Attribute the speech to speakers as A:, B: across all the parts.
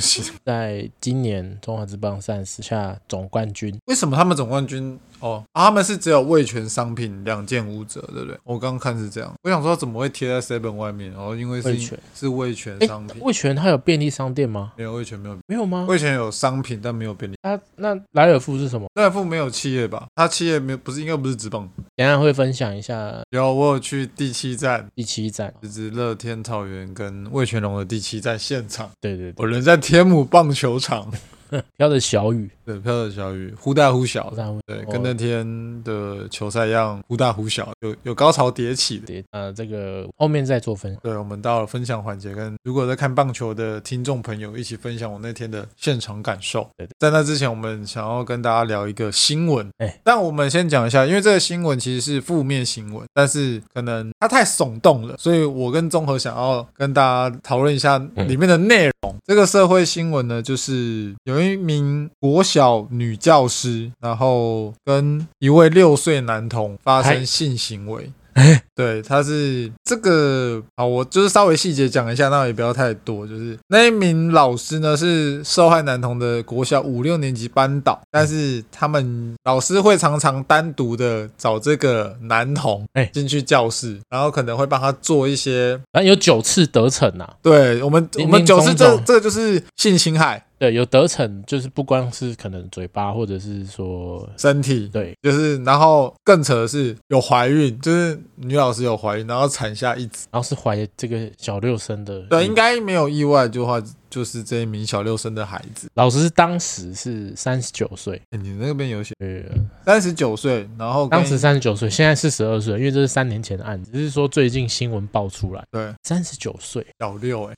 A: 西。
B: 在今年中华职棒赛事下总冠军，
A: 为什么他们总冠军哦、啊他们是只有味全商品两件五折，对不对？我刚刚看是这样，我想说怎么会贴在 seven 外面，然、后因为
B: 味
A: 是
B: 全
A: 是味全
B: 哎
A: 商，品，
B: 味全它有便利商店吗？
A: 没有味全没有，
B: 没有吗？
A: 味全有商品但没有便利。
B: 它那莱尔富是什么？
A: 赖富没有企业吧？他企业没有不是应该不是直棒，
B: 等一下会分享一下
A: 有我有去第七站，
B: 第七站。
A: 就是乐天桃园跟味全龙的第七站现场，
B: 对对对，
A: 我人在天母棒球场，
B: 飘着小雨，
A: 对，飘着小雨，忽大忽小
B: 我，才会
A: 对，
B: 哦
A: 跟那天的球赛一样，忽大忽小，有有高潮迭起的。
B: 对呃这个后面再做分享。
A: 对，我们到了分享环节，跟如果在看棒球的听众朋友一起分享我那天的现场感受
B: 对对。
A: 在那之前，我们想要跟大家聊一个新闻，
B: 哎
A: 但我们先讲一下，因为这个新闻其实是负面新闻，但是可能它太耸动了，所以我跟综合想要跟大家讨论一下里面的内容。
B: 嗯
A: 这个社会新闻呢，就是有一名国小女教师，然后跟一位六岁男童发
B: 嗨
A: 生性行为。对，他是这个好，我就是稍微细节讲一下，那也不要太多。就是那一名老师呢，是受害男童的国小五六年级班导，但是他们老师会常常单独的找这个男童
B: 哎
A: 进去教室，然后可能会帮他做一些。
B: 反正有九次得逞呐、啊，
A: 对我们，
B: 林
A: 我们
B: 林
A: 九是
B: 总
A: 这
B: 总
A: 这个就是性侵害
B: 对，有得逞就是不光是可能嘴巴，或者是说
A: 身体。
B: 对
A: 就是，然后更扯的是有怀孕，就是女老师有怀孕，然后产下一子。
B: 然后是怀这个小六生的，
A: 对，应该没有意外的话，就是这一名小六生的孩子。
B: 老师当时是三十九岁，
A: 欸、你那边有写
B: 呃，
A: 三十九岁，然后跟
B: 当时三十九岁，现在四十二岁，因为这是三年前的案子，只是说最近新闻爆出来，
A: 对
B: 三十九岁，
A: 小六哎、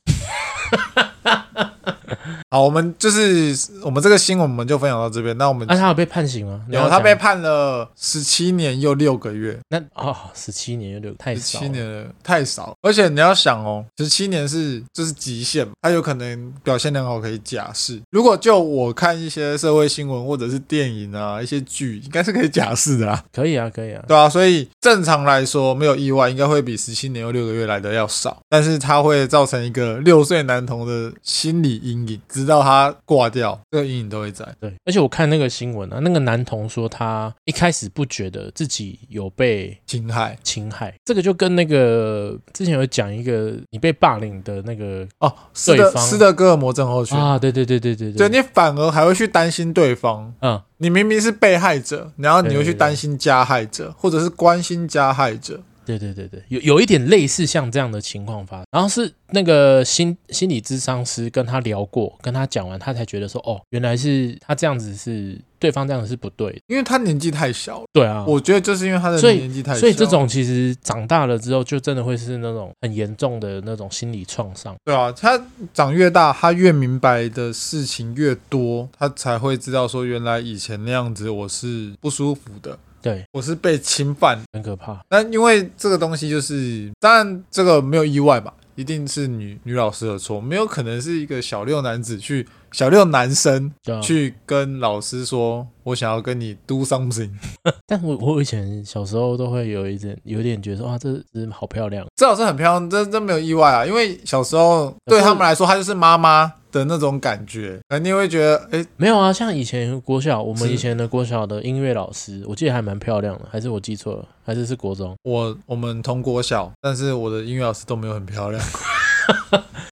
A: 好，我们就是我们这个新闻我们就分享到这边。那我们
B: 那、他有被判刑吗？啊你
A: 有、
B: 要
A: 他
B: 讲
A: 被判了十七年又六个月，
B: 那哦，十七年有点太
A: 十
B: 少
A: 七
B: 了，
A: 年了太少，而且你要想哦，十七年是就是极限嘛，他有可能表现良好可以假释。如果就我看一些社会新闻或者是电影啊一些剧，应该是可以假释的啦。
B: 可以啊，可以啊，
A: 对啊，所以正常来说没有意外，应该会比十七年又六个月来的要少，但是它会造成一个六岁男童的心理阴影，直到他挂掉，这个阴影都会在。
B: 对，而且我看那个新闻啊，那个男童说他一开始不觉得自己有被
A: 侵害
B: 侵害，这个就跟那个之前有讲一个你被霸凌的那个
A: 哦，斯德
B: 对方
A: 斯德哥尔摩症候群，
B: 啊，对对对对对
A: 对你反而还会去担心对方，
B: 嗯，
A: 你明明是被害者，然后你又
B: 对
A: 去
B: 对对
A: 担心加害者，或者是关心加害者。
B: 对对对对，有有一点类似像这样的情况发生，然后是那个心心理咨商师跟他聊过，跟他讲完，他才觉得说，哦，原来是他这样子是对方这样子是不对的，
A: 因为他年纪太小了，
B: 对啊，
A: 我觉得就是因为他的
B: 所以
A: 年纪太小，
B: 所以这种其实长大了之后，就真的会是那种很严重的那种心理创伤。
A: 对啊，他长越大，他越明白的事情越多，他才会知道说，原来以前那样子我是不舒服的，
B: 对，
A: 我是被侵犯。
B: 很可怕。
A: 那因为这个东西就是，当然这个没有意外嘛，一定是女女老师的错，没有可能是一个小六男子去小六男生
B: 对啊，
A: 去跟老师说，我想要跟你 do something。
B: 但我我以前小时候都会有一点有一点觉得说，哇，这只好漂亮，
A: 这老师很漂亮，这这没有意外啊，因为小时候
B: 可
A: 对
B: 是
A: 他们来说，她就是妈妈的那种感觉，肯定会觉得，哎、
B: 没有啊，像以前国小，我们
A: 是
B: 以前的国小的音乐老师，我记得还蛮漂亮的，还是我记错了，还是是国中？
A: 我我们同国小，但是我的音乐老师都没有很漂亮。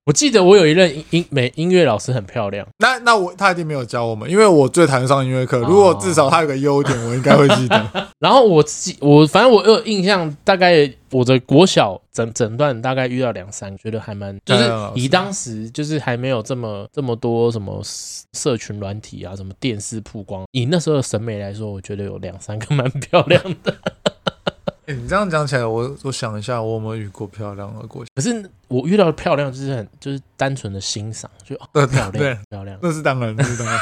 B: 我记得我有一任音音美音乐老师很漂亮，
A: 那那我他一定没有教我们，因为我最谈上音乐课。
B: 哦
A: 如果至少他有个优点，我应该会记 得。
B: 然后我自己我反正我有印象，大概我的国小整整段大概遇到两三个，觉得还蛮就是
A: 漂亮老师
B: 以当时就是还没有这么这么多什么社群软体啊，什么电视曝光，以那时候的审美来说，我觉得有两三个蛮 漂亮的。
A: 诶你这样讲起来，我我想一下，我有没有遇过漂亮的国小？
B: 可是我遇到的漂亮就是很就是单纯的欣赏，就哦
A: 对
B: 漂
A: 对对
B: 亮，漂亮，
A: 那是当然，那是当然，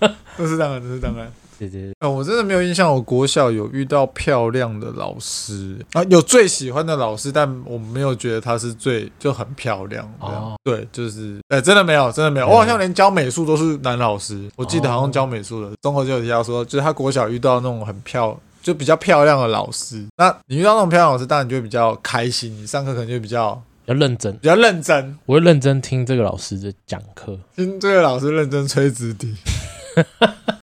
A: 那是当然，那是当然。
B: 对对对。
A: 啊、我真的没有印象，我国小有遇到漂亮的老师啊，有最喜欢的老师，但我没有觉得她是最就很漂亮。这样
B: 哦
A: 对，就是哎、真的没有，真的没有。
B: 嗯哦
A: 我好像连教美术都是男老师，我记得好像教美术的，综合就有提到说，就是他国小遇到那种很漂。就比较漂亮的老师，那你遇到那种漂亮的老师，当然你就会比较开心，你上课可能就比较
B: 要认真，
A: 比较认真，
B: 我会认真听这个老师的讲课，
A: 听这个老师认真吹直笛。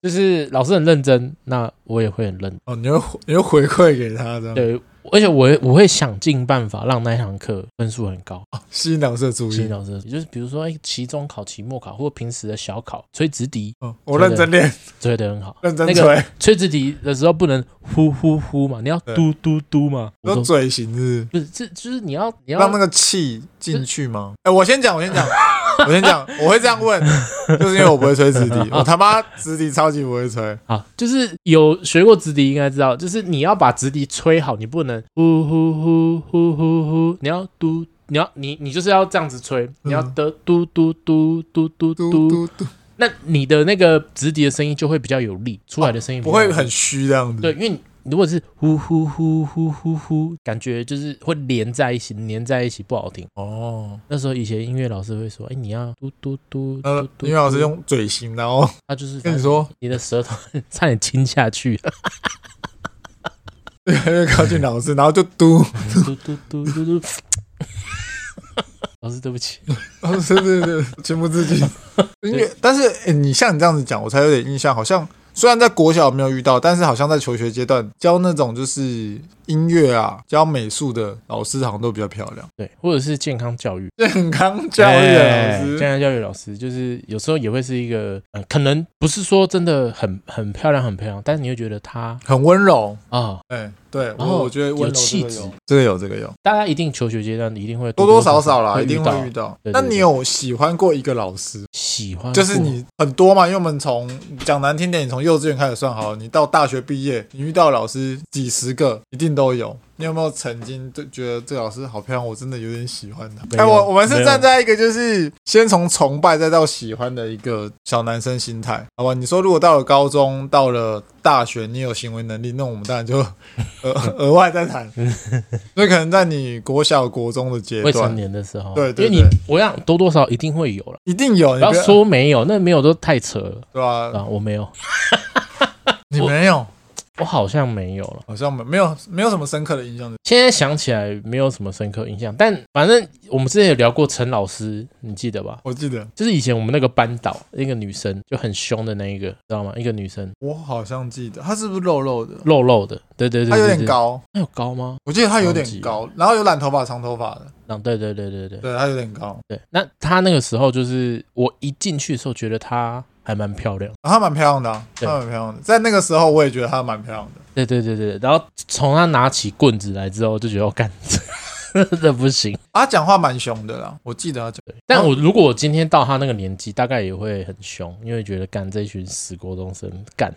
B: 就是老师很认真，那我也会很认真。
A: 哦，你会回你会回馈给他这样，
B: 对，而且我会我会想尽办法让那一堂课分数很高，
A: 吸引老师的注
B: 吸引
A: 意。
B: 老师的注意。也就是比如说，哎、期中考、期末考或平时的小考，吹直笛
A: 嗯，我认真练，
B: 吹得很好。
A: 认真
B: 那
A: 吹，
B: 个吹直笛的时候不能呼呼呼嘛，你要
A: 对
B: 嘟嘟嘟嘛。我说
A: 都嘴型是
B: 不是，这就是你要你
A: 不
B: 要
A: 是让那个气进去吗？哎，我先讲，我 先讲，我先讲，我会这样问，就是因为我不会吹直 笛，我他妈直笛超级不会吹。
B: 啊，就是有学过直笛应该知道，就是你要把直笛吹好，你不能呼呼呼呼呼呼，你要嘟，你要你你就是要这样子吹，你
A: 嗯
B: 要得嘟嘟嘟嘟嘟
A: 嘟
B: 嘟，
A: 嘟嘟，
B: 那你的那个直笛的声音就会比较有力，出来的声音比
A: 哦不
B: 较有
A: 会
B: 力
A: 很虚这样子。
B: 对，因为你如果是呼呼呼呼呼呼，感觉就是会连在一起，连在一起不好听。
A: 哦，
B: 那时候以前音乐老师会说，哎，你要嘟嘟嘟
A: 呃
B: 嘟，嘟，
A: 因为老师
B: 嘟
A: 用嘴型，然后
B: 他就是
A: 跟你说
B: 你的舌头差点亲下去，
A: 越来越靠近老师，然后就嘟，
B: 嘟嘟嘟嘟嘟。老师，对不起，
A: 然后是是是，情不 自禁。因为但是、诶你像你这样子讲，我才有点印象，好像虽然在国小没有遇到，但是好像在求学阶段教那种就是音乐啊、教美术的老师好像都比较漂亮，
B: 对，或者是健康教育，
A: 健康教育的老
B: 哎
A: 师。
B: 健康教育老师就是有时候也会是一个，呃，可能不是说真的很很漂亮，很漂亮，但是你会觉得他
A: 很温柔，
B: 啊、
A: 哎、对
B: 然后
A: 我我觉得温
B: 哦
A: 柔
B: 有气
A: 这个
B: 质
A: 有，这个有，这个有，
B: 大家一定求学阶段一定会
A: 多多
B: 多
A: 少少啦，一定
B: 遇
A: 会
B: 到
A: 遇到。
B: 对对
A: 那
B: 对
A: 你有喜欢过一个老师吗
B: 喜欢过，
A: 就是你很多嘛，因为我们从讲难听点，你从幼稚园开始算好了，你到大学毕业，你遇到的老师几十个，一定都有。你有没有曾经就觉得这个老师好漂亮，我真的有点喜欢
B: 没有
A: 他？哎，我我们是
B: 没有
A: 站在一个就是先从崇拜再到喜欢的一个小男生心态，好吧？你说如果到了高中，到了大学，你有行为能力，那我们当然就 额额外再 谈。所以可能在你国小、国中的阶
B: 未成
A: 段，
B: 年的时候，
A: 对对
B: 因为
A: 对
B: 你我想多多少少一定会有了，
A: 一定有，
B: 不
A: 你
B: 要说没有，那没有都太扯了
A: 对吧？
B: 啊！我没有，
A: 你没有。
B: 我好像没有了。
A: 好像没没有没有什么深刻的印象。
B: 现在想起来没有什么深刻印象，但反正我们之前有聊过陈老师，你记得吧？
A: 我记得
B: 就是以前我们那个班导，那个女生就很凶的那一个，知道吗？一个女生，
A: 我好像记得，他是不是肉肉的？
B: 肉肉的，对对对
A: 他有点，
B: 对
A: 高，
B: 对她有高吗？
A: 我记得他有
B: 忘记
A: 点高，然后有染头发、长头发的，
B: 啊，对对对对对
A: 对他有点高，
B: 对。那她那个时候就是我一进去的时候，觉得她还蛮漂亮。
A: 然后他蛮漂亮的啊，
B: 对
A: 他蛮漂亮的。在那个时候，我也觉得他蛮漂亮的。
B: 对对对对，然后从他拿起棍子来之后，就觉得我哦干，这 不行。
A: 啊他讲话蛮凶的啦，我记得他讲，
B: 对但我如果我今天到他那个年纪，大概也会很凶，因为觉得干这群死国中生干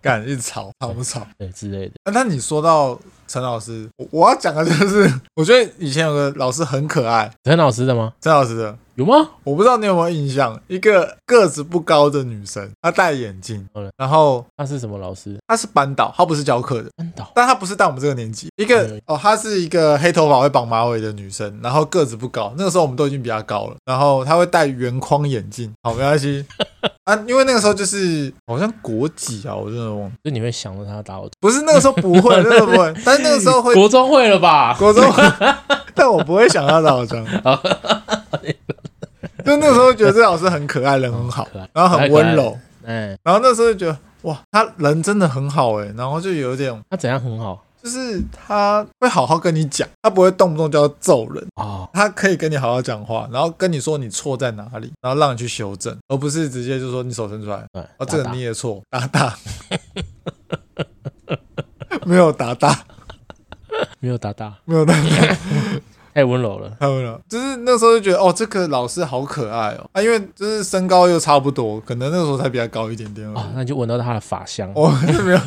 A: 敢一直吵，吵不吵？
B: 对之类的。
A: 啊那你说到陈老师，我我要讲的就是，我觉得以前有个老师很可爱，
B: 陈老师的吗？
A: 陈老师的，
B: 有吗？
A: 我不知道你有没有印象，一个个子不高的女生，她戴眼镜
B: 好了，
A: 然后
B: 他是什么老师？哦
A: 她是班导，她不是教课的。
B: 班导
A: 但她不是在我们这个年纪，一个哦，她是一个黑头发会绑马尾的女生，然后个子不高，那个时候我们都已经比她高了，然后她会戴圆框眼 镜，好，没关系啊，因为那个时候就是好像国几啊，我真的忘了，
B: 就你会想着他打我，
A: 不是那个时候不会，真的不会，但是那个时候会
B: 国中会了吧？
A: 国中， 但我不会想到老 张，就那个时候觉得这老师很可爱，人很好
B: 可爱，
A: 然后很温柔，
B: 哎，
A: 然后那时候就觉得哇，他人真的很好哎、然后就有点
B: 他怎样很好
A: 就是他会好好跟你讲，他不会动不动就要揍人，
B: 啊？
A: 他可以跟你好好讲话，然后跟你说你错在哪里，然后让你去修正，而不是直接就说你手伸出来，
B: 对，
A: 哦，这个
B: 打打
A: 你也错，打打， 没有打打，
B: 没有打打，
A: 没有打打，
B: 太温柔了。
A: 他们了，就是那时候就觉得哦，这个老师好可爱哦，啊，因为就是身高又差不多，可能那时候才比较高一点点而
B: 啊，
A: 已，
B: 那你就闻到他的发香，
A: 我、是没有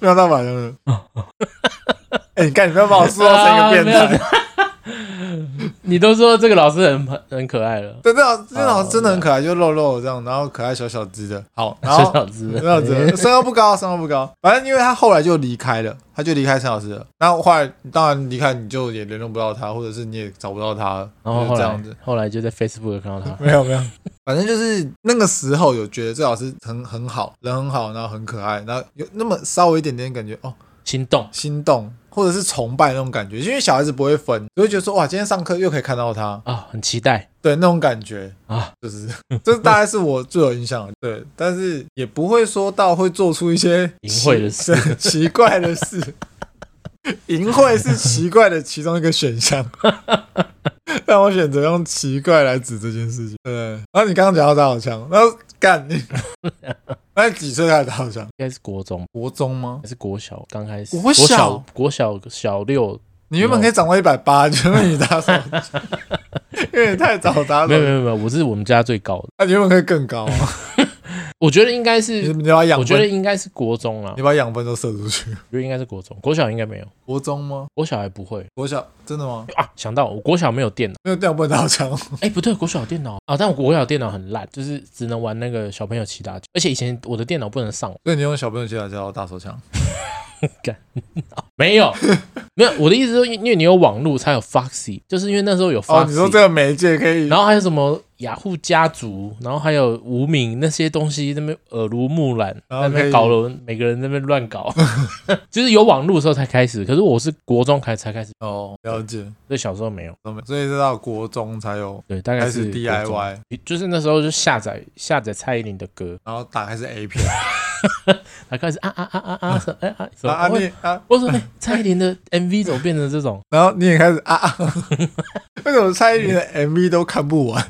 A: 没有到马上了，哎、你看你不要把我塑造成一个变
B: 啊没
A: 态
B: 有。你都说这个老师很很很可爱了，
A: 对，那老那老师真的很可爱，就肉肉这样，然后可爱小小只的。好， 然
B: 陈
A: 后
B: 老师，
A: 陈老师身高不高，身高不高，反正因为他后来就离开了，他就离开陈老师了。然后后来当然离开你就也联络不到他，或者是你也找不到他了，
B: 然后后
A: 就这
B: 来
A: 样子。
B: 后来就在 Facebook 看到他，
A: 没有没有，反正就是那个时候有觉得这老师很很好，人很好，然后很可爱，然后有那么稍微一点点感觉哦，
B: 心动，
A: 心动或者是崇拜那种感觉，因为小孩子不会分，就会觉得说哇，今天上课又可以看到他，
B: 啊，很期待
A: 对那种感觉，
B: 啊，
A: 就是 这大概是我最有印象的。对，但是也不会说到会做出一些
B: 淫秽的事
A: 奇 奇怪的事。 淫秽是奇怪的其中一个选项， 但我选择用奇怪来指这件事情。对，然后你刚刚讲到打手枪，那 干你，那你几岁开始打手枪？
B: 应该是国中
A: 国中吗？
B: 还是国小刚开始，
A: 国
B: 国
A: 小
B: 国小小六，
A: 你原本可以长到一百八，就因为你打手枪， 因为你太早打手
B: 没有没
A: 枪，
B: 有没有，我是我们家最高的，
A: 那你原本可以更高啊。
B: 我觉得应该
A: 你
B: 是，
A: 你把养
B: 我觉得
A: 分，
B: 应该是国中啦，
A: 你把养分都射出去。
B: 我觉得应该是国中，国小应该没有，
A: 国中吗？
B: 国小还不会
A: 国小真的吗？
B: 啊，想到我国小没有电脑。
A: 没有掉不能打枪，
B: 哎、不对，国小有电脑啊，但我国小电脑很烂，就是只能玩那个小朋友骑打球，而且以前我的电脑不能上网，
A: 所以你用小朋友去打叫打手枪。
B: 没有， 没有。我的意思是，因为你有网络才有 Foxy，就是因为那时候有 Foxy，、
A: 哦，你说这个媒介可以
B: 然后还有什么雅虎家族，然后还有无名那些东西，那边耳濡目染，
A: 然
B: 那
A: 后哦可以
B: 边搞了每个人那边乱搞， 就是有网络的时候才开始，可是我是国中开才开始，
A: 哦，了解，
B: 对，小时候没有，
A: 所以是到国中才有
B: 对，大概
A: 开
B: 是
A: 始
B: 国中
A: DIY，
B: 就是那时候就下载下载蔡依林的歌，
A: 然后打开是 A 片
B: 他开始啊啊啊啊啊什么哎啊什么
A: 啊啊
B: 我
A: 你啊，
B: 我说、哎，蔡依林的 MV 怎么变成这 种？
A: 然后你也开始 啊啊，为什么蔡依林的 MV 都看不完，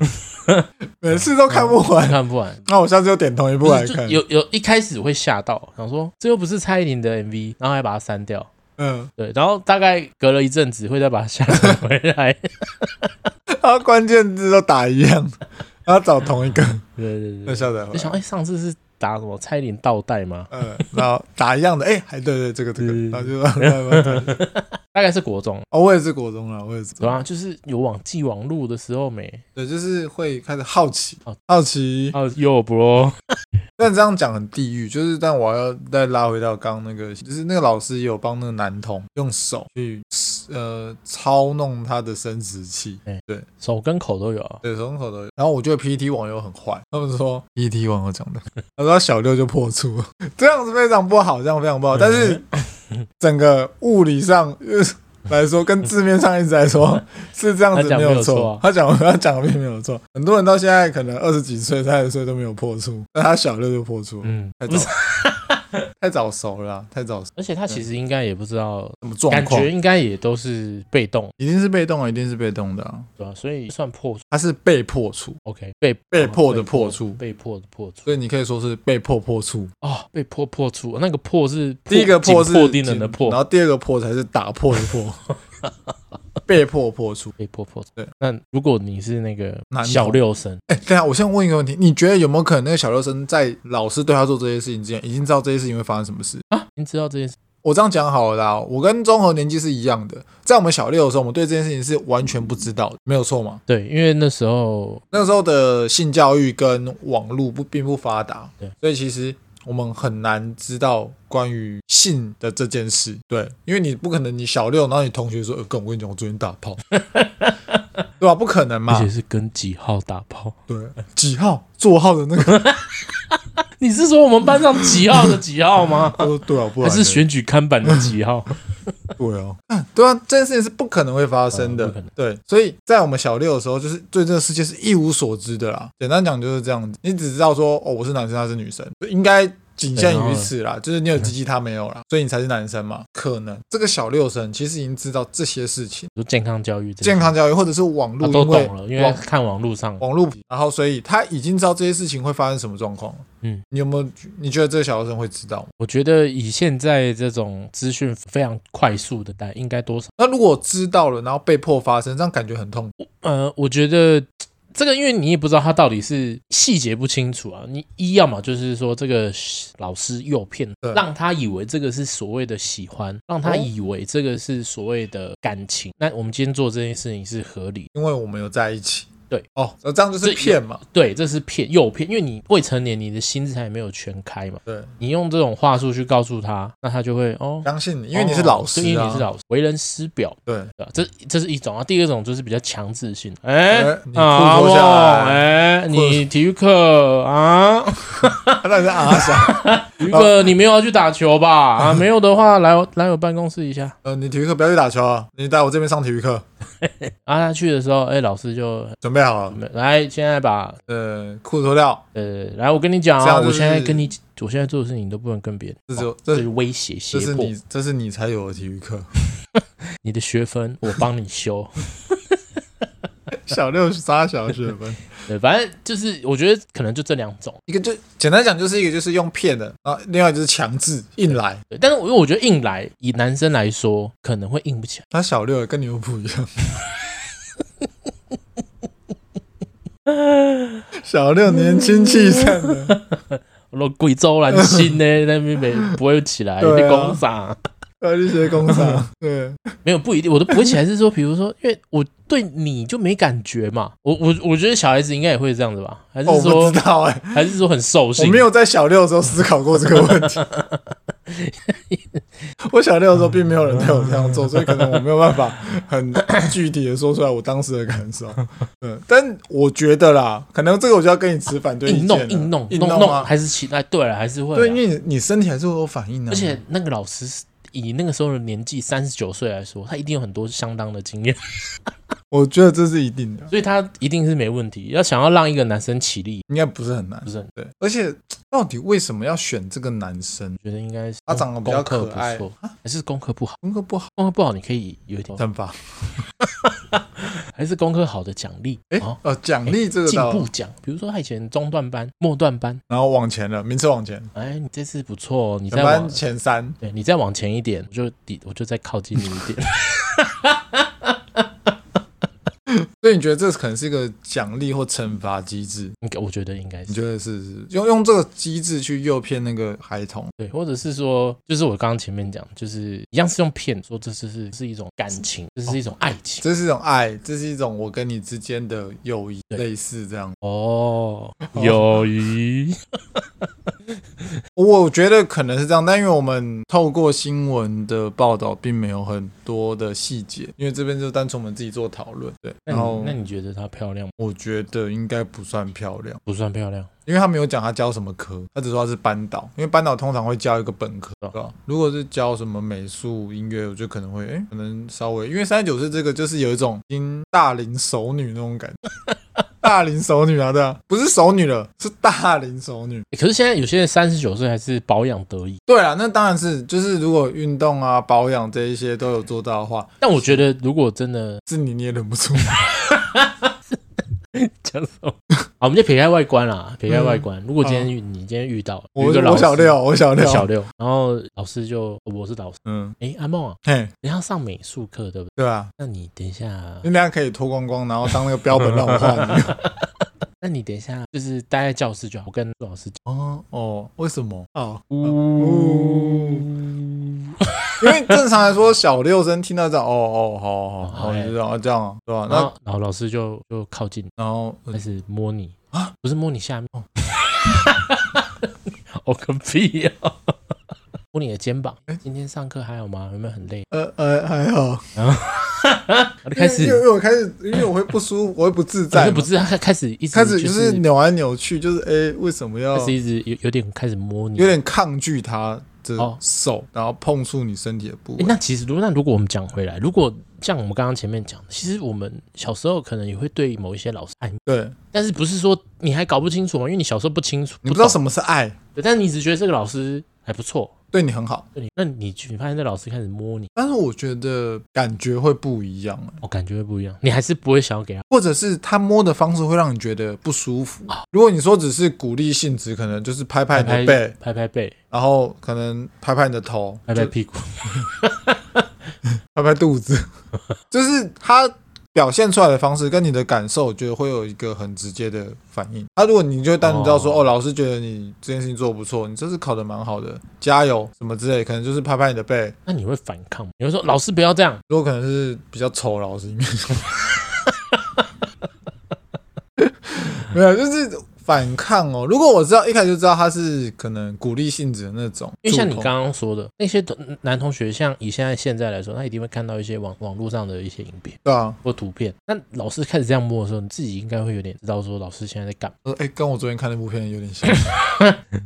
A: 每次都看不完？
B: 看不完。
A: 那我下次就点同一部来
B: 就
A: 看。
B: 有有一开始会吓到，想说这又不是蔡依林的 MV，然后还把它删掉。
A: 嗯，
B: 对，然后大概隔了一阵子会再把它下载回 来。
A: 然后关键字都打一样，然后找同一 个，
B: 对对
A: 再
B: 对，
A: 下载回
B: 就想
A: 来。
B: 哎、上次是打什么蔡依林倒带吗？
A: 嗯，然后打一样的，哎，还对对，这个这个，
B: 嗯
A: 然后就慢慢打
B: 大概是国中，
A: 哦，我也是国中了，我也是。
B: 对啊，就是有网际网路的时候没
A: 对，就是会开始好奇
B: 哦，
A: 好奇。
B: 哦有 bro，
A: 但这样讲很地狱，就是但我要再拉回到刚刚那个，就是那个老师也有帮那个男童用手去呃操弄他的生殖器，
B: 手跟口都有啊。
A: 对，从口都有。然后我觉得 PPT 网友很坏，他们说 PPT 网友讲的， 他说他小六就破处了，这样子非常不好，这样非常不好。但是整个物理上。呃来说，跟字面上一直来说是这样子
B: 他讲
A: 没
B: 没有
A: 有
B: 错
A: 错
B: 啊，
A: 他讲他讲的并没有错。很多人到现在可能二十几岁、三十岁都没有破处，但他小六就破处了，
B: 嗯，
A: 太
B: 不是
A: 早，太早熟了啊，太早熟
B: 而且他其实应该也不知道，
A: 什么状
B: 感
A: 况？
B: 觉应该也都是被动，
A: 一定是被动啊，一定是被动的啊，
B: 对吧、所以算破
A: 他是被破处，
B: OK 哦被
A: 被迫的破处，
B: 被迫的破处
A: 所以你可以说是被迫破处。
B: 哦，被迫破处，那个破是破
A: 第一个破是
B: 紧破钉人的
A: 紧然
B: 破，
A: 后第二个破才是打破的破， 被迫破处。
B: 被迫破处。
A: 对，
B: 那如果你是那个
A: 男的
B: 小六生，
A: 哎，等一下，我先问一个问题，你觉得有没有可能那个小六生在老师对他做这些事情之前，已经知道这些事情会发生什么事？
B: 啊，你知道这件事
A: 我这样讲好了啦，我跟综合年纪是一样的，在我们小六的时候，我们对这件事情是完全不知道的，没有错吗？
B: 对，因为那时候
A: 那时候的性教育跟网络不并不发达，
B: 对，
A: 所以其实我们很难知道关于性的这件事，对，因为你不可能你小六，然后你同学说，呃，跟我跟你讲，我昨天打炮，对吧？啊不可能
B: 而
A: 嘛
B: 且，是跟几号打炮？
A: 对，几号座号的那个，
B: 你是说我们班上几号的几号
A: ？
B: 吗
A: 他说对啊，不
B: 还
A: 然
B: 是
A: 呢
B: 选举看板的几 号？
A: 对啊，看 对啊，这件事情是不可能会发生的，
B: 嗯不可能
A: 对，所以在我们小六的时候，就是对这个世界是一无所知的啦。简单讲就是这样子，你只知道说哦，我是男生，他是女生，应该。仅限
B: 哦
A: 于此啦，就是你有鸡鸡，他没有啦，所以你才是男生嘛。可能这个小六生其实已经知道这些事情，
B: 就健康教育这些，啊
A: 健康教育或者是网络，
B: 他都懂了，因
A: 因
B: 为看网络上
A: 网络，然后所以他已经知道这些事情会发生什么状况。
B: 嗯，
A: 你有没有？你觉得这个小六生会知道吗？
B: 我觉得以现在这种资讯非常快速的代，应该多少？
A: 那如果知道了，然后被迫发生，这样感觉很痛苦。
B: 呃，我觉得这个，因为你也不知道他到底是细节不清楚啊。你一要么就是说这个老师诱骗
A: 对，
B: 让他以为这个是所谓的喜欢，让他
A: 哦
B: 以为这个是所谓的感情。那我们今天做这件事情是合理，
A: 因为我们有在一起，
B: 对，
A: 哦，那这样就是骗嘛，
B: 对，这是骗诱骗，因为你未成年，你的心智还没有全开嘛，
A: 对，
B: 你用这种话术去告诉他，那他就会哦，
A: 相信你，因为你是老师、
B: 哦
A: 啊，
B: 对因为你是老师，为人师表，
A: 对，
B: 对吧？这这是一种啊，第二种就是比较强制性，哎、
A: 哎你
B: 啊，
A: 裤脱下来
B: 哇哎，你体育课啊，
A: 那是阿翔， 哦
B: 体育
A: 呃
B: 课你没有要去打球吧？ 啊，没有的话，来我来我办公室一下。
A: 呃，你体育课不要去打球啊，你来我这边上体育课，
B: 啊，他去的时候，哎、老师就
A: 准备好
B: 嗯
A: 了，
B: 来，现在把
A: 呃，裤子脱掉，
B: 呃，来，我跟你讲
A: 这
B: 啊，
A: 样就
B: 我现在
A: 是
B: 跟你，我现在做的事情你都不能跟别人，
A: 这就
B: 哦这
A: 这
B: 是威胁胁
A: 这是
B: 迫。
A: 你这是你才有的体育 课，
B: 你的学分我帮你修。
A: 小六杀小学分，
B: 对，反正就是我觉得可能就这两种。
A: 一个就简单讲就是一个就是用骗的，然后另外就是强制硬来，
B: 对，但是我因为我觉得硬来，以男生来说可能会硬不起来。
A: 那小六跟你又不一样。 小六年轻气盛的，
B: 我说贵州男性 呢，那边没不会起来，
A: 对啊
B: 你攻啥？
A: 要去学 工厂，对，
B: 没有不一定，我都不会起来。是说，比如说，因为我对你就没感觉嘛。我我我觉得小孩子应该也会这样子吧？还是
A: 哦我
B: 说、
A: 不知道哎、
B: 还是说很兽
A: 我
B: 性？
A: 没有在小六的时候思考过这个问题。我小六的时候并没有人对我这样做，所以可能我没有办法很具体的说出来我当时的感受。嗯，但我觉得啦，可能这个我就要跟你持反对意
B: 硬
A: 见了
B: 弄硬弄
A: 硬
B: 弄
A: 弄
B: 弄，
A: 啊，
B: 还是起来？对了，还是会啊。
A: 对，因为你你身体还是会有反应的、啊
B: 而且那个老师是以那个时候的年纪，三十九岁来说，他一定有很多相当的经验，
A: 我觉得这是一定的，
B: 所以他一定是没问题。要想要让一个男生起立，
A: 应该不是很难
B: 不。是很，
A: 对，而且到底为什么要选这个男生？
B: 觉得应该是
A: 他长得比较
B: 功课
A: 可爱
B: 不错，还是功课不好？
A: 功课不好，
B: 功课不好你可以有一点，
A: 惩罚。
B: 还是功课好的奖励
A: 哎、
B: 哦，
A: 哦，奖励这个
B: 进
A: 到，
B: 步奖，比如说他以前中段班、末段班，
A: 然后往前了，名次往前，
B: 哎，你这次不错哦，你再
A: 全嗯班
B: 往。
A: 前三。
B: 对你再往前一点，我就抵，我就再靠近你一 点。
A: 所以你觉得这可能是一个奖励或惩罚机制？
B: 应该，我觉得应该
A: 你
B: 是
A: 觉得是是用用这个机制去诱骗那个孩童？
B: 对，或者是说，就是我刚刚前面讲，就是一样是用骗说这是是是一种感
A: 哦
B: 情，这是一种爱情。
A: 这是一种爱，这是一种我跟你之间的友谊，
B: 对
A: 类似这样。
B: 哦，
A: 哦
B: 友谊，
A: 我觉得可能是这样，但因为我们透过新闻的报道，并没有很多的细节，因为这边就单纯我们自己做讨论。对，
B: 那
A: 然
B: 你
A: 后
B: 那你觉得她漂亮吗？
A: 我觉得应该不算漂亮，
B: 不算漂亮，
A: 因为他没有讲他教什么科，他只说他是班导，因为班导通常会教一个本科，
B: 哦
A: 对吧？如果是教什么美术、音乐，我就可能会，哎，可能稍微，因为三十九岁这个就是有一种已经大龄熟女那种感觉。 大龄熟女啊，对啊，不是熟女了，是大龄熟女。
B: 欸可是现在有些人三十九岁还是保养得宜，
A: 对啊，那当然是，就是如果运动啊、保养这一些都有做到的话，
B: 但我觉得如果真的
A: 是你你也忍 不住。
B: 讲什么，好，我们就撇开外观 啦，撇开外观。如果今天遇你今天遇到
A: 我
B: 有一个老
A: 嗯我
B: 师
A: 小六，，啊我小
B: 我
A: 六，
B: 小六，然后老师就我是老师，
A: 嗯，
B: 哎，阿梦啊，
A: 嘿，
B: 你要上美术课对不对？
A: 对啊，
B: 那你等一下
A: 你，俩可以脱光光，然后当那个标本让 我画你。
B: 那你等一下就是待在教室就好，我跟老师讲。
A: 哦哦，为什么？哦，
B: 呜，
A: 因为正常来说，小六生听到这样，哦哦，好好好，
B: 哎
A: 就这样，这样啊，对吧？
B: 然
A: 那
B: 后然后老师就就靠近你。
A: 然后
B: 开始摸你
A: 啊，
B: 不是摸你下面
A: 哦，
B: 我个屁 呀、摸你的肩膀。今天上课还好吗？有没有很累？
A: 呃呃还好，
B: 然后就 开始
A: 因为因为我开始，因为我会不舒服，我会不自
B: 不
A: 在
B: 是
A: 嘛，
B: 不是，他开始一直
A: 开始
B: 就
A: 就是扭来扭去，就是哎，为什么要
B: 开始一直有有点开始摸你，
A: 有。点抗拒他
B: 哦
A: 的手，然后碰触你身体的部
B: 诶
A: 位？
B: 那其实如那如果我们讲回来，如果像我们刚刚前面讲的，其实我们小时候可能也会对某一些老师爱慕，
A: 对
B: 但是不是说你还搞不清楚嘛？因为你小时候不清楚，
A: 你不知道什
B: 么，
A: 么是爱，
B: 对但是你只觉得这个老师还不错，
A: 对你很好，
B: 对你，那你去你发现这老师开始摸你，
A: 但是我觉得感觉会不一样，哎
B: 我、感觉会不一样，你还是不会想要给他。
A: 或者是他摸的方式会让你觉得不舒服。如果你说只是鼓励性质，可能就是拍拍你
B: 哦拍
A: 的背，
B: 拍拍背，
A: 然后可能拍拍你的头，
B: 拍拍
A: 就
B: 屁股，
A: 拍拍 肚子，就是他表现出来的方式跟你的感受，我觉得会有一个很直接的反应。啊他、如果你就单纯知道说，
B: 哦
A: 哦，老师觉得你这件事情做得不错，你这次考得蛮好的，加油什么之类，可能就是拍拍你的背。
B: 那你会反抗吗？你会说老师不要这样，
A: 如果可能是比较丑的老师里面， 没有，就是反抗哦。如果我知道一开始就知道他是可能鼓励性质的那种，
B: 因为像你
A: 助攻
B: 刚刚说的，那些同男同学，像以现在现在来说，他一定会看到一些网网络上的一些影片
A: 对啊，
B: 或图片。那老师开始这样摸的时候，你自己应该会有点知道说老师现在在干嘛。
A: 呃，哎、跟我昨天看那部片有点像。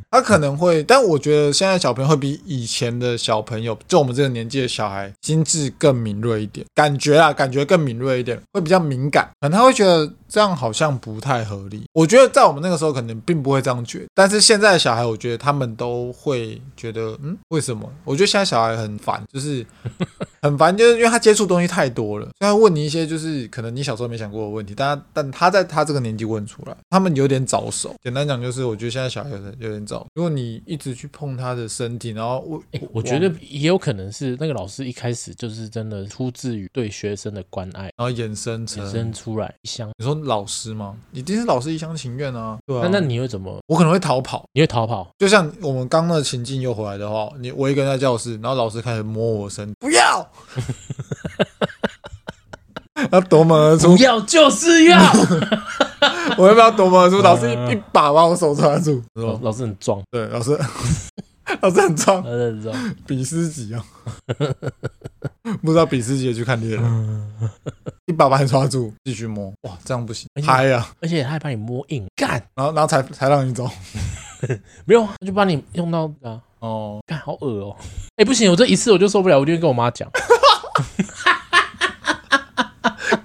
A: 他可能会，但我觉得现在小朋友会比以前的小朋友，就我们这个年纪的小孩，心智更敏锐一点，感觉啊，感觉更敏锐一点，会比较敏感，可能他会觉得这样好像不太合理。我觉得在我们那个时候可能并不会这样觉得，但是现在的小孩，我觉得他们都会觉得，嗯，为什么？我觉得现在小孩很烦，就是 很烦，就是因为他接触东西太多了，所以他问你一些就是可能你小时候没想过的问题，但他但他在他这个年纪问出来，他们有点早熟。简单讲就是，我觉得现在小孩有点有点早。如果你一直去碰他的身体，然后我
B: 诶哎我觉得也有可能是那个老师一开始就是真的出自于对学生的关爱，
A: 然后衍生成
B: 衍生出来一箱。
A: 你说老师吗？一定是老师一厢情愿啊，对啊。
B: 那那你会怎么？
A: 我可能会逃跑，
B: 你会逃跑？
A: 就像我们刚那个情境又回来的话，你我一个人在教室，然后老师开始摸我身体，不要， 要夺门而出
B: 不，要就是要。
A: 我要不要夺门而出？老师一一把把我手抓住，是吧
B: 老老师很壮，
A: 对，老师， 老师很壮，
B: 老师很壮。
A: 比斯吉啊， 不知道比斯吉也去看猎人， 一把把你抓住，继续摸，哇，这样不行
B: 哎，呀
A: 嗨呀，
B: 而且他还把你摸硬，干
A: 然后然后才才让你走，
B: 没有，他就把你用到啊，
A: 哦，
B: 干好恶哦、 哎、不行，我这一次我就受不了，我就跟我妈讲。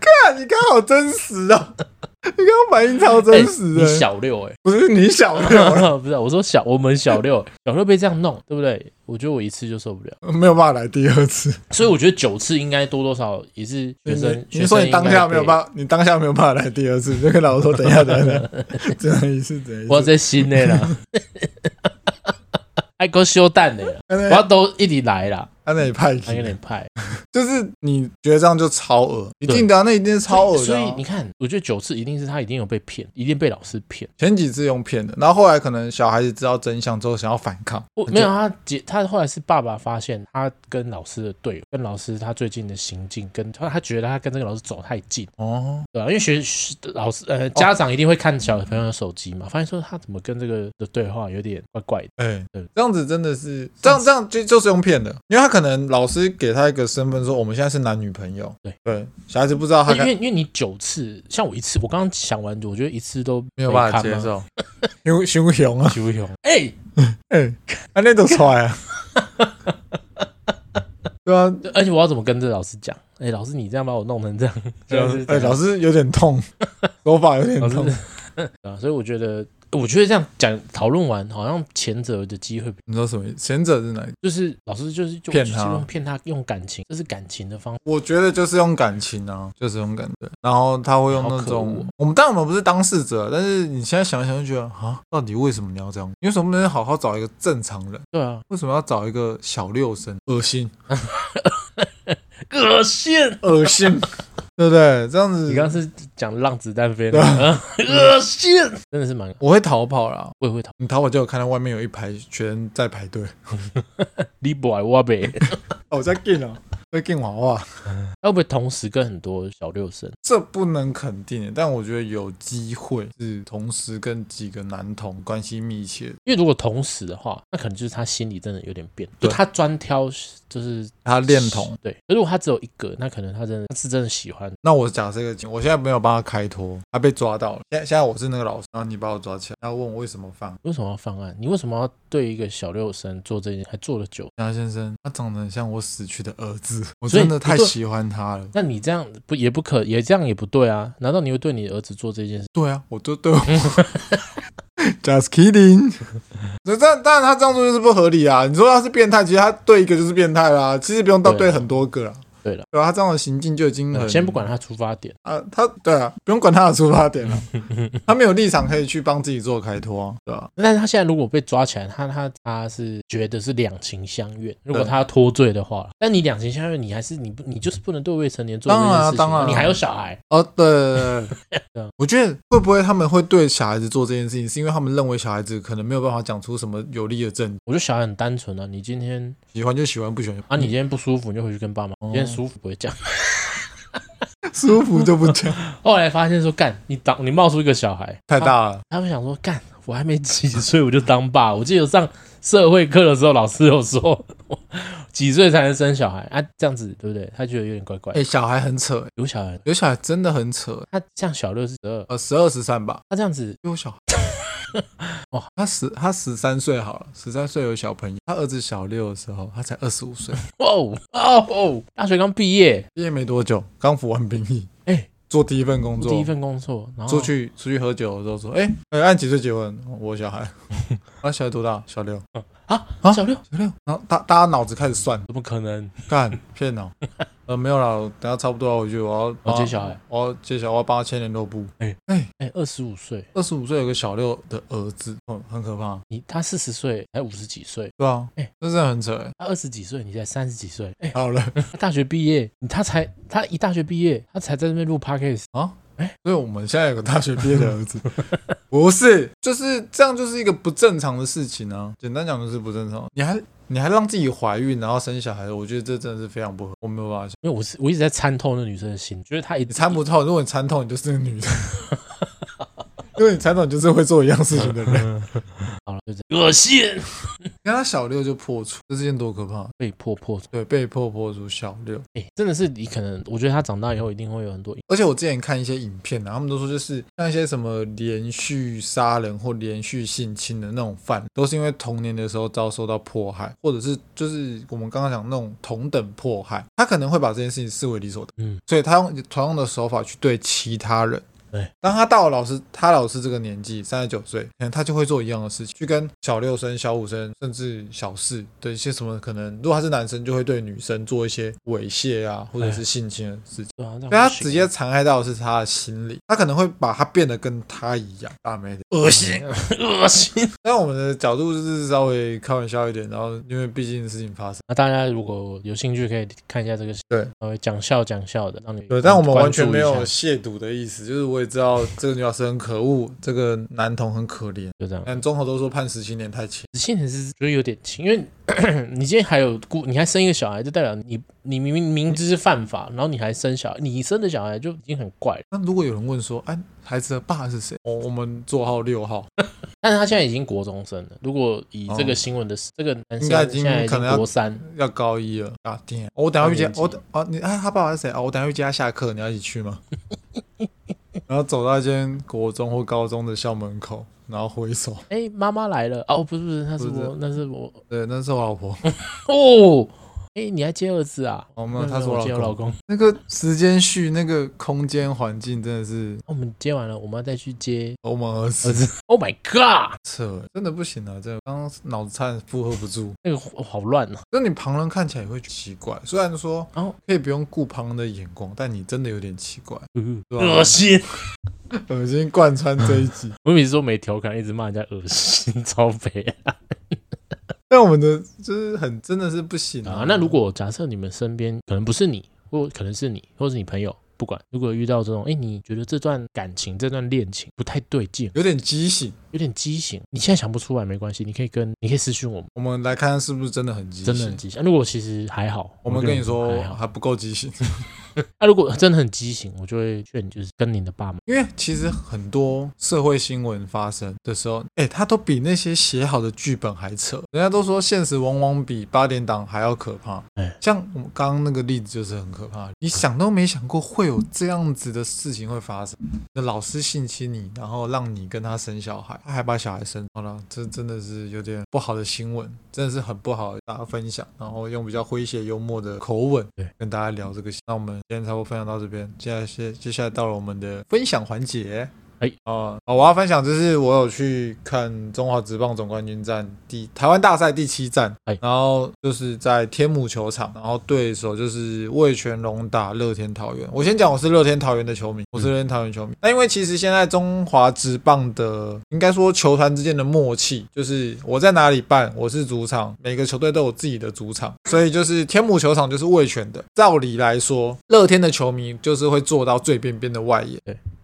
A: 看你刚好真实啊，你刚刚反应超真实
B: 欸你
A: 的，
B: 小六哎、
A: 不是你小六，
B: 不是啊，我说小我们小六，小六被这样弄，对不对？我觉得我一次就受不了，
A: 没有办法来第二次，
B: 所以我觉得九次应该多多少也是学生。
A: 你你说你当下没有
B: 法，
A: 办法，你当下没有办法来第二次，你就跟老师说等一下，等一下，只能一次，只能一次，
B: 我在心内啦， 爱哥修蛋的啦，
A: 他
B: 我
A: 那
B: 要都一起来啦，
A: 他那里派
B: 还有
A: 去，
B: 点派。
A: 就是你觉得这样就超额，一定的啊，那一定是超额的啊。
B: 所以你看，我觉得九次一定是他一定有被骗，一定被老师骗。
A: 前几次用骗的，然后后来可能小孩子知道真相之后想要反抗，
B: 我
A: 就
B: 没有啊他姐，他后来是爸爸发现他跟老师的对，跟老师他最近的行径，跟他他觉得他跟这个老师走太近，
A: 哦，
B: 对啊吧、因为学学老师呃家长一定会看小朋友的手机嘛，发现说他怎么跟这个的对话有点怪怪的，
A: 哎、
B: 嗯
A: 这样子真的是这样这样就就是用骗的，因为他可能老师给他一个身份说我们现在是男女朋友，
B: 对
A: 小孩子不知道他
B: 因
A: 该
B: 为因为你九次，像我一次，我刚刚想完，我觉得一次都
A: 没有办法接受，熊熊熊 啊，
B: 看嘛，熊哎、
A: 哎、啊那种出来啊，对啊，
B: 而且我要怎么跟这老师讲？哎、老师你这样把我弄成这样， 就是这
A: 哎、
B: 样
A: 老师有点痛，手法有点
B: 啊老
A: 痛
B: 师， 啊，所以我觉得。我觉得这样讲讨论完，好像前者的机会比
A: 你说什么意思？前者是哪一个？
B: 就是老师就是就
A: 骗
B: 就是
A: 他
B: 用骗他用感情，这是感情的方法。
A: 我觉得就是用感情啊，就是用感觉，然后他会用那
B: 好可恶
A: 种
B: 哦，
A: 我们当然我们不是当事者，但是你现在想一想就觉得啊，到底为什么你要这样？你为什么不能好好找一个正常人？
B: 对啊，
A: 为什么要找一个小六生？恶心，
B: 恶心！
A: 恶心， 对不对？这样子
B: 你刚刚是讲让子弹飞的，
A: 啊
B: 恶心！啊真的是蛮
A: 我会逃跑啦。
B: 会会讨
A: 你逃跑就有看到外面有一排学生在排队，
B: 你不爱我呗？
A: 哦，我在进啊， 在进娃娃，
B: 会不会同时跟很多小六生？
A: 这不能肯定，但我觉得有机会是同时跟几个男童关系密切，
B: 因为如果同时的话，那可能就是他心里真的有点变，就
A: 对
B: 他专挑就是
A: 他恋童。
B: 对。可是如果他只有一个，那可能他真的他是真的喜欢。
A: 那我假设一个情，我现在没有帮他开脱，他被抓到了。现在现在我是那个老师，然后你把我抓起来，然后问我为什么放。
B: 为什么要犯案？你为什么要对一个小六生做这件？还做了久？
A: 杨先生，他长得很像我死去的儿子，我
B: 所以
A: 真的
B: 你
A: 太
B: 对
A: 喜欢他了。
B: 那你这样不也不可也这样也不对啊？难道你会对你儿子做这 件事？
A: 对啊，我就对我，just kidding。那 但但他这样做就是不合理啊！你说他是变态，其实他对一个就是变态啦，其实不用到
B: 对
A: 对
B: 啊
A: 很多个啦。
B: 对了。
A: 对啊，他这样的行径就已经很……
B: 先不管他出发点，
A: 啊，他对啊，不用管他的出发点了，他没有立场可以去帮自己做开脱啊，对吧、
B: 但是他现在如果被抓起来，他他他是觉得是两情相悦。如果
A: 对
B: 他脱罪的话，但你两情相悦，你还是你不你就是不能对未成年做这
A: 当然啊
B: 件事情，
A: 当然啊
B: 你还有小孩，
A: 哦，对对对对
B: 对啊
A: 对，我觉得会不会他们会对小孩子做这件事情，是因为他们认为小孩子可能没有办法讲出什么有力的证据，
B: 我觉得小孩很单纯啊。你今天
A: 喜欢就喜欢，不喜欢就
B: 啊，你今天不舒服，你就回去跟爸妈；你今天舒服不会讲，
A: 舒服就不讲，
B: 后来发现说，干，你当你冒出一个小孩，
A: 太大了。
B: 他们想说，干，我还没几岁我就当爸。我记得上社会课的时候，老师有说，我几岁才能生小孩啊？这样子对不对？他觉得有点怪怪。
A: 哎，小孩很扯，
B: 有小孩，
A: 有小孩真的很扯。
B: 他像小六是十二，
A: 呃，十二十三吧，
B: 他这样子。
A: 有小孩
B: 哇，
A: 他十他十三岁好了，十三岁有小朋友，他儿子小六的时候，他才二十五岁，
B: 哇哦哇哦，大学刚毕业，
A: 毕业没多久，刚服完兵役，
B: 哎
A: 做第一份工作，
B: 第一份工作，然后
A: 出去出去喝酒的时候说，哎、哎按几岁结婚？我小孩， 啊，小孩多大？小六，
B: 啊
A: 啊
B: 小六
A: 小六。然后大大家脑子开始算，
B: 怎么可能？
A: 干骗脑。呃，没有啦，我等下差不多了，我去，我要
B: 我接小孩，
A: 我要接小孩，我要帮他牵联络部。
B: 哎
A: 哎，
B: 哎，二十五岁，
A: 二十五岁有个小六的儿子，很很可怕，
B: 你他四十岁，哎才五十几岁，
A: 对啊，
B: 哎
A: 这真的很扯、哎
B: 他二十几岁，你才三十几岁，哎，
A: 好了
B: 他大学毕业，你他才他一大学毕业，他才在那边录 podcast，
A: 啊。所以我们现在有个大学毕业的儿子，不是，就是这样，就是一个不正常的事情啊。简单讲就是不正常，你还你还让自己怀孕，然后生小孩，我觉得这真的是非常不合，我没有办法想。
B: 因为我是我一直在参透那女生的心，觉得她一
A: 你参不透，如果你参透，你就是个女的， 因为你参透，你就是会做一样事情的人。
B: 好了，就这样恶心，
A: 你看他小六就破处，这是件多可怕！
B: 被迫破处。
A: 对，被迫破处小六。
B: 哎、真的是你可能，我觉得他长大以后一定会有很多。
A: 而且我之前看一些影片啊，他们都说就是像一些什么连续杀人或连续性侵的那种犯，都是因为童年的时候遭受到迫害，或者是就是我们刚刚讲那种同等迫害，他可能会把这件事情视为理所当然，
B: 嗯，
A: 所以他用同样的手法去对其他人。
B: 对，
A: 当他到了老师他老师这个年纪，三十九岁，可能他就会做一样的事情，去跟小六生、小五生，甚至小四的一些什么，可能如果他是男生，就会对女生做一些猥亵啊，或者是性侵的事情。
B: 对啊，所
A: 所以他直接残害到的是他的心理，他可能会把他变得跟他一样大妹的恶心。
B: 恶心。
A: 但我们的角度就是稍微开玩笑一点，然后因为毕竟事情发生，
B: 那大家如果有兴趣，可以看一下这个，
A: 对，
B: 稍微讲笑讲笑的，让你
A: 对，但我们完全没有
B: 关注一下
A: 亵渎的意思，就是我也知道这个女老师很可恶，这个男童很可怜，
B: 就这样。
A: 但综合都说判十七年太轻，
B: 子欣也是觉得有点轻，因为 你今天还有顾，你还生一个小孩，就代表你你明明明知是犯法，然后你还生小孩，你生的小孩就已经很怪了。
A: 那如果有人问说，哎，孩子的爸是谁？哦，我们座号六号，
B: 但是他现在已经国中生了。如果以这个
A: 哦
B: 新闻的、这个男生
A: 应该已经
B: 现在已
A: 可
B: 经
A: 能要
B: 国三，
A: 要高一了，啊天！我等下去接
B: 二年，级
A: 我等啊你啊他爸爸是谁啊？我等下去接他下课，你要一起去吗？ 然后走到一间国中或高中的校门口，然后挥手。
B: 哎、妈妈来了哦，不是不是，那是
A: 不是
B: 我，那是我
A: 对，那是我老婆，
B: 哦，哎、你还接儿子啊？
A: 哦没有
B: 那
A: 他是
B: 我
A: 我
B: 接
A: 老
B: 我
A: 公
B: 老公。
A: 那个时间序、那个空间环境真的是
B: 我们接完了，我们要再去接
A: 我们儿子
B: 儿子。Oh my god，
A: 扯，真的不行啊！真的，刚刚脑子差点负荷不住。
B: 那个好好乱啊！
A: 那你旁人看起来也会奇怪，虽然说
B: 哦
A: 可以不用顾旁人的眼光，但你真的有点奇怪，对啊吧
B: 恶心！
A: 恶心贯穿这一集。
B: 我每次说没调侃，一直骂人家恶心， 超肥
A: 但我们的就是很真的是不行
B: 啊！那如果假设你们身边可能不是你，或可能是你，或是你朋友，不管，如果遇到这种，哎、你觉得这段感情、这段恋情不太对劲，
A: 有点畸形，
B: 有点畸形，你现在想不出来没关系，你可以跟你可以私讯我们，
A: 我们来看看是不是真的很畸形。
B: 真的很畸形。啊如果其实还好，
A: 我们跟你说
B: 还好。啊
A: 还不够畸形，
B: 那、如果真的很畸形，我就会劝你就是跟你的爸妈。
A: 因为其实很多社会新闻发生的时候，哎，它都比那些写好的剧本还扯。人家都说现实往往比八点档还要可怕
B: 哎。
A: 像我们刚刚那个例子就是很可怕，你想都没想过会有这样子的事情会发生。你的老师性侵你，然后让你跟他生小孩，他还把小孩生。好了，这真的是有点不好的新闻，真的是很不好，大家分享，然后用比较诙谐幽默的口吻跟大家聊这个。那我们今天差不多分享到这边，接下来接接下来到了我们的分享环节。
B: 哎
A: 哦、好我要分享就是我有去看中华职棒总冠军战第台湾大赛第七战，
B: 哎
A: 然后就是在天母球场，然后对手就是魏全龙打乐天桃园。我先讲我是乐天桃园的球迷，我是乐天桃园球迷。那、因为其实现在中华职棒的应该说球团之间的默契，就是我在哪里办，我是主场，每个球队都有自己的主场，所以就是天母球场就是魏全的。照理来说，乐天的球迷就是会坐到最边边的外野。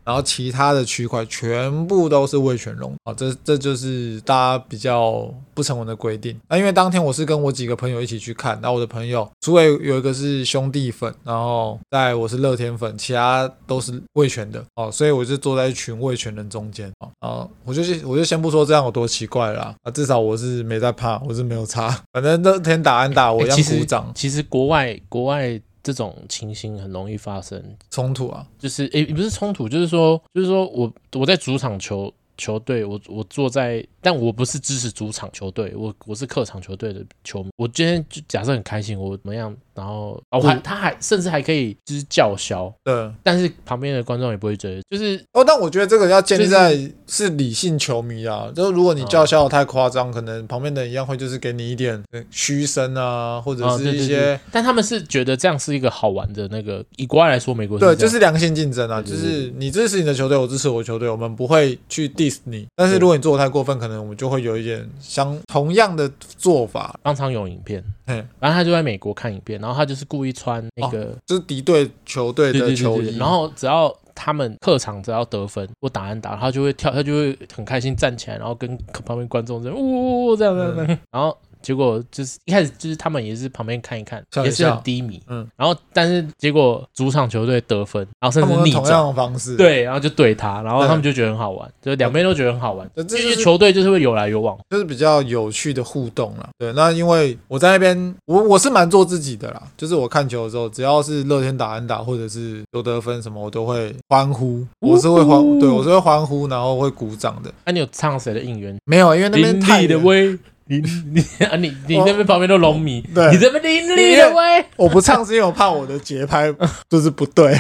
A: 然后其他的区块全部都是味全龙啊，这这就是大家比较不成文的规定。那因为当天我是跟我几个朋友一起去看，然后我的朋友除了有一个是兄弟粉，然后在我是乐天粉，其他都是味全的哦，所以我就坐在一群味全人中间哦，然后我就我就先不说这样有多奇怪啦，啊，至少我是没在怕，我是没有差，反正乐天打安打，我一样
B: 其实
A: 鼓掌
B: 其实国外国外这种情形很容易发生，
A: 冲突啊，
B: 就是诶、不是冲突，就是说就是说我我在主场球球队，我我坐在，但我不是支持主场球队，我我是客场球队的球迷。我今天就假设很开心，我怎么样，然后啊，我还他还甚至还可以就是叫嚣，
A: 对。
B: 但是旁边的观众也不会觉得，就是
A: 哦，但我觉得这个要建立在是理性球迷啊，就是如果你
B: 嗯
A: 叫嚣得太夸张，可能旁边的人一样会就是给你一点呃嘘声啊，或者
B: 啊，对
A: 是一
B: 对
A: 些
B: 对，但他们是觉得这样是一个好玩的那个，以国外来说，美国
A: 对，
B: 这样
A: 就是良性竞争啊，
B: 对对
A: 就
B: 嗯
A: 是你支持你的球队，我支持我的球队，我们不会去 diss 你，但是如果你做的太过分，可能我们就会有一点相同样的做法，
B: 当场有影片，
A: 嗯
B: 然后他就在美国看影片，然后他就是故意穿
A: 哦
B: 那个、
A: 就是敌对球队
B: 对
A: 的
B: 对
A: 球
B: 对
A: 衣，
B: 对，然后只要他们客场只要得分或打安打，他就会跳，他就会很开心站起来，然后跟旁边观众这样呜呜呜这样这样，这
A: 嗯
B: 样然后。结果就是一开始就是他们也是旁边看一看，
A: 笑一
B: 也是
A: 笑
B: 很低迷，
A: 嗯
B: 嗯，然后但是结果主场球队得分，然后甚
A: 他们
B: 至
A: 用
B: 逆
A: 同
B: 转，
A: 样的方式，，
B: 对，然后就怼他，然后
A: 对
B: 他们就觉得很好玩，就两边都觉得很好玩，
A: 这
B: 这
A: 就是
B: 些球队就是会有来有往，
A: 就是比较有趣的互动啦。对，那因为我在那边，我我是蛮做自己的啦，就是我看球的时候，只要是乐天打安打或者是有得分什么，我都会欢呼，我是会
B: 哦
A: 欢，对我是会欢呼，然后会鼓掌的。
B: 那、啊你有唱谁的应援？
A: 没有，因为那边
B: 林
A: 太
B: 立的
A: 远
B: 威，林 你啊你你
A: 我
B: 那边旁边都龙迷，
A: 对
B: 你这边林立的威，
A: 我不唱是因为我怕我的节拍就是不 对，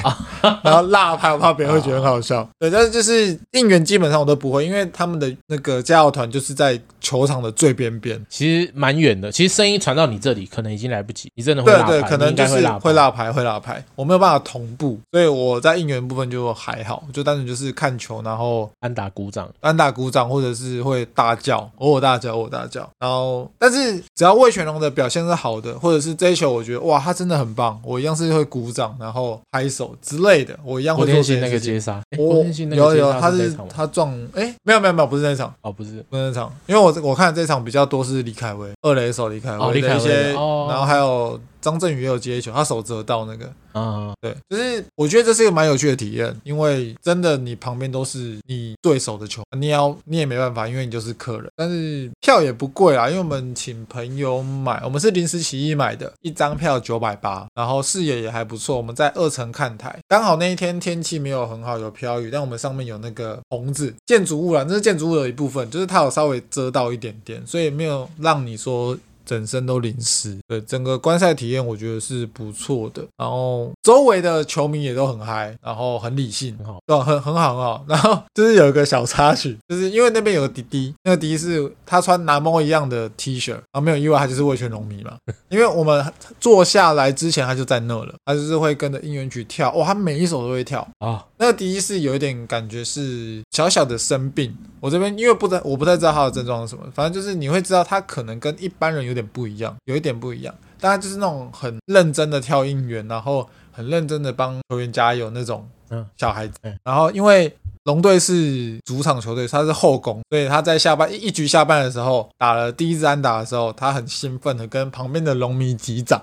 A: 然后辣拍我怕别人会觉得很好笑。对，但是就是应援基本上我都不会，因为他们的那个加油团就是在球场的最边边，
B: 其实蛮远的，其实声音传到你这里可能已经来不及，你真的会
A: 对
B: 拉
A: 对，
B: 牌
A: 可
B: 你
A: 能
B: 应
A: 就
B: 该
A: 是
B: 拉
A: 会
B: 会，
A: 落牌，会落牌，我没有办法同步，所以我在应援部分就还好，就单纯就是看球，然后
B: 安打鼓掌，
A: 单打鼓掌，或者是会大叫，偶尔大叫，偶尔大叫。然后，但是只要魏全龙的表现是好的，或者是这一球我觉得哇，他真的很棒，我一样是会鼓掌，然后拍手之类的，我一样
B: 郭
A: 会做
B: 天
A: 这
B: 信
A: 件
B: 那个
A: 事情。
B: 接杀，诶郭
A: 我
B: 天信那
A: 有
B: 个接
A: 有，
B: 杀
A: 他
B: 是
A: 是
B: 这一场吗
A: 他撞哎，没有没有没有，不是那一场，
B: 哦不是，
A: 不是那场，因为我我看这场比较多是李凯威二垒手李凯
B: 哦
A: 威
B: 李
A: 的
B: 凯
A: 一
B: 威
A: 些，
B: 的哦
A: 然后还有张振宇也有接球，他手折到那个，
B: 啊，
A: 对，就是我觉得这是一个蛮有趣的体验，因为真的你旁边都是你对手的球，你也要你也没办法，因为你就是客人。但是票也不贵啊啦，因为我们请朋友买，我们是临时起意买的，一张票九百八，然后视野也还不错，我们在二层看台，刚好那一天天气没有很好，有飘雨，但我们上面有那个棚子，建筑物啦，这是建筑物的一部分，就是它有稍微遮到一点点，所以没有让你说整身都淋湿。对，整个观赛体验我觉得是不错的。然后周围的球迷也都很嗨，然后很理性，
B: 很好，
A: 对，很很好很好。然 后就是有一个小插曲，就是因为那边有个滴滴，那个滴滴是他穿南猫一样的 T 恤，然后没有意外他就是味全龙 迷嘛。因为我们坐下来之前他就在那了，他就是会跟着应援曲跳，哇，他每一首都会跳。
B: 啊，
A: 那个第一是有一点感觉是小小的生病，我这边因为不知道我不太知道他的症状是什么，反正就是你会知道他可能跟一般人有点不一样，有一点不一样，但他就是那种很认真的跳应援，然后很认真的帮球员加油那种
B: 嗯
A: 小孩子
B: 嗯。
A: 然后因为龙队是主场球队，他是后攻，所以他在下半一一局下半的时候打了第一支安打的时候，他很兴奋的跟旁边的龙迷击掌。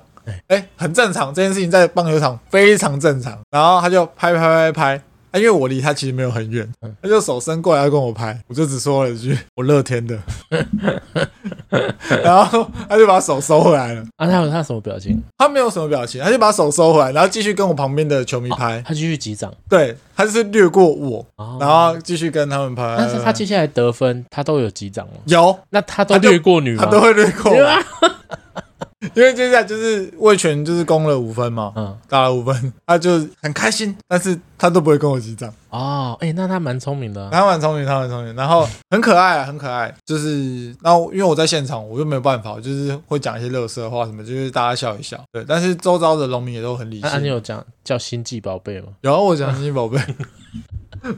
A: 哎，很正常，这件事情在棒球场非常正常。然后他就拍拍拍拍，啊，因为我离他其实没有很远
B: 嗯，
A: 他就手伸过来要跟我拍，我就只说了一句“我乐 天的”，然后他就把手收回来了，
B: 啊，他有他什么表情？
A: 他没有什么表情，他就把手收回来，然后继续跟我旁边的球迷拍，
B: 他继续击掌，
A: 对，他就是掠过我，
B: 哦
A: 然后继续跟他们拍，
B: 但是他接下来得分，他都有击掌吗？
A: 有，
B: 那他都
A: 他就
B: 略过女吗
A: 他？都会掠过
B: 对
A: 我，
B: 啊，
A: 因为接下来就是魏权就是攻了五分嘛，
B: 嗯
A: 打了五分，他就很开心，但是他都不会跟我击掌。
B: 哦，哎，那他蛮聪明的啊，
A: 他蛮聪明，他蛮聪明，然后很可爱啊，很可爱。就是，然后因为我在现场，我又没有办法，就是会讲一些乐色话什么，就是大家笑一笑。对，但是周遭的农民也都很理
B: 啊那那你
A: 性。
B: 有讲叫星际宝贝吗？
A: 然后我讲星星宝贝，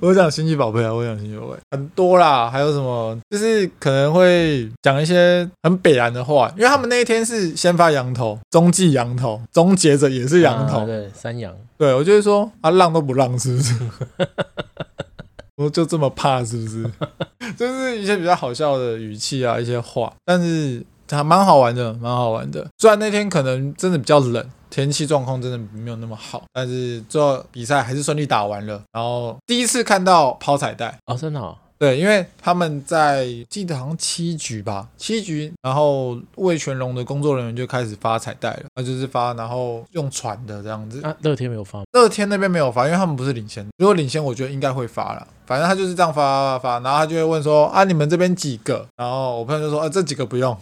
A: 我讲星际宝贝啊，我讲星际宝贝很多啦，还有什么就是可能会讲一些很北然的话，因为他们那一天是先发羊头，中继羊头，终结者也是羊头，
B: 啊对，山羊，
A: 对我就会说啊，浪都不浪是不是？ 我就这么怕是不 是？就是一些比较好笑的语气啊，一些话，但是还蛮好玩的，蛮好玩的。虽然那天可能真的比较冷，天气状况真的没有那么好，但是最后比赛还是顺利打完了。然后第一次看到抛彩带，
B: 哦，真的哦，
A: 对，因为他们在记得好像七局吧，七局，然后魏全龙的工作人员就开始发彩带了，那就是发，然后用传的这样子。
B: 啊，乐天没有发吗，
A: 乐天那边没有发，因为他们不是领先。如果领先，我觉得应该会发了。反正他就是这样发发发，然后他就会问说啊，你们这边几个？然后我朋友就说啊，这几个 不用。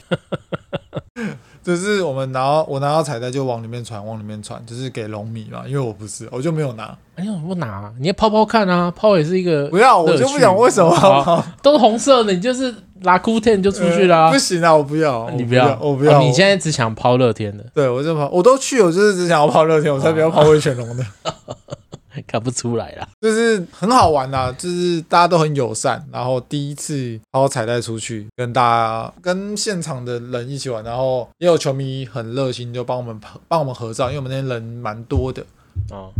A: 就是我们拿到我拿到彩带就往里面传，往里面传，就是给龙米嘛，因为我不是，我就没有拿。
B: 哎你怎么不拿？你要泡泡看啊，泡也是一个
A: 不要，我就不想为什么
B: 好都是红色的，你就是拉库天就出去啦、
A: 呃不行啊，我不要，
B: 你
A: 我不要，我不要。
B: 哦你现在只想抛乐天的，
A: 对我就跑，我都去，我就是只想要跑乐天，我才不
B: 啊
A: 要跑魏全龙的。
B: 看不出来啦。
A: 就是很好玩啦，就是大家都很友善，然后第一次抛彩带出去，跟大家跟现场的人一起玩，然后也有球迷很热心，就帮我们帮我们合照，因为我们那天人蛮多的。
B: 哦，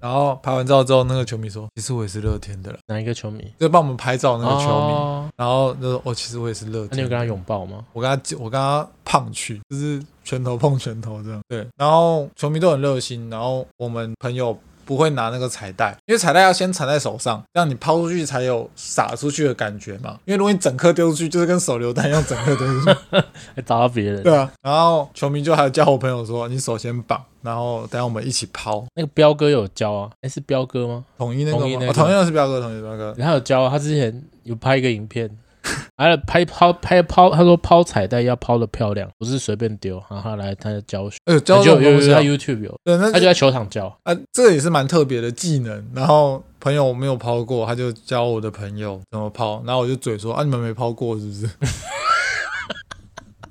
A: 然后拍完照之后，那个球迷说：“其实我也是乐天的啦。
B: 哪一个球迷”？
A: 就帮我们拍照那个球迷，
B: 哦
A: 然后就说：“哦，其实我也是乐
B: 啊那、你
A: 天
B: 有
A: 的。
B: 跟他拥抱吗？
A: 我跟他我跟他胖去，就是拳头碰拳头这样。对，然后球迷都很热心，然后我们朋友不会拿那个彩带，因为彩带要先缠在手上，让你抛出去才有撒出去的感觉嘛。因为如果你整颗丢出去，就是跟手榴弹一样整颗丢 出去。
B: 还哎打到别人？
A: 对啊，然后球迷就还叫我朋友说，你手先绑，然后等下我们一起抛。
B: 那个彪哥有教啊？哎、是彪哥吗？
A: 统一那个吗
B: 统一那个
A: 哦统一的是彪哥，统一的是彪哥。
B: 他有教啊，他之前有拍一个影片， 还有拍抛拍抛，他说抛彩带要抛的漂亮，不是随便丢。然后他来他的教学，
A: 哎呦，教
B: 他
A: 这
B: 就
A: 种
B: 有有
A: 东
B: 有
A: 西啊
B: 他 YouTube 有，
A: 对，那
B: 他就在球场教。
A: 啊，这个也是蛮特别的技能。然后朋友没有抛过，他就教我的朋友怎么抛，然后我就嘴说啊，你们没抛过是不 是？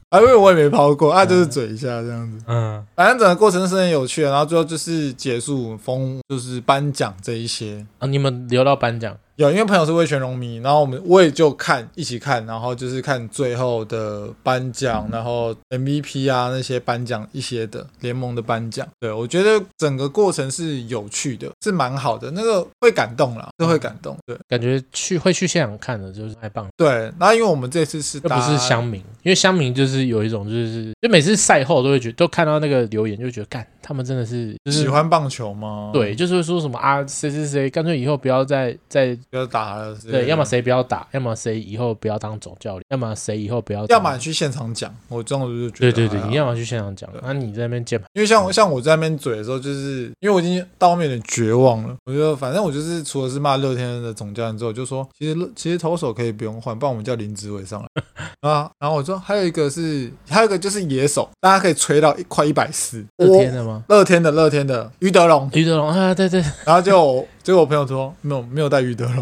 A: 啊，因为我也没抛过啊，就是嘴一下这样子。
B: 嗯，
A: 反正整个过程是很有趣的，然后最后就是结束封，就是颁奖这一些。
B: 啊，你们留到颁奖
A: 有，因为朋友是魏全龙迷，然后我们我也就看一起看，然后就是看最后的颁奖，然后 MVP 啊那些颁奖一些的联盟的颁奖。对我觉得整个过程是有趣的，是蛮好的，那个会感动啦，是会感动。对
B: 感觉去会去现场看的，就是太棒了，
A: 对，然后因为我们这次是
B: 又
A: 搭
B: 不是乡民，因为乡民就是有一种就是，就每次赛后都会觉都看到那个留言，就觉得干他们真的是就是
A: 喜欢嗯棒球吗？，
B: 对，就是会说什么啊谁谁谁，干脆以后不要再再
A: 不要打了之类的。
B: 对，要么谁不要打，要么谁以后不要当总教练，要么谁以后不要当，
A: 要么你去现场讲，我这种就
B: 对
A: 觉得
B: 对
A: 哎还
B: 对，
A: 好
B: 你要么去现场讲
A: 对，
B: 那你在那边键盘
A: 因为像我像我在那边嘴的时候，就是因为我已经到后面有点绝望了，我就反正我就是除了是骂乐天的总教练之后，我就说其实乐其实投手可以不用换，不然我们叫林志 伟上来啊。然后我说还有一个是还有一个就是野手，大家可以吹到一快一百四，
B: 乐天
A: 我
B: 的吗？
A: 乐天的乐天的于德龙，
B: 于德龙啊，对对，对
A: 然后就我结果我朋友说没有没有带于德龙，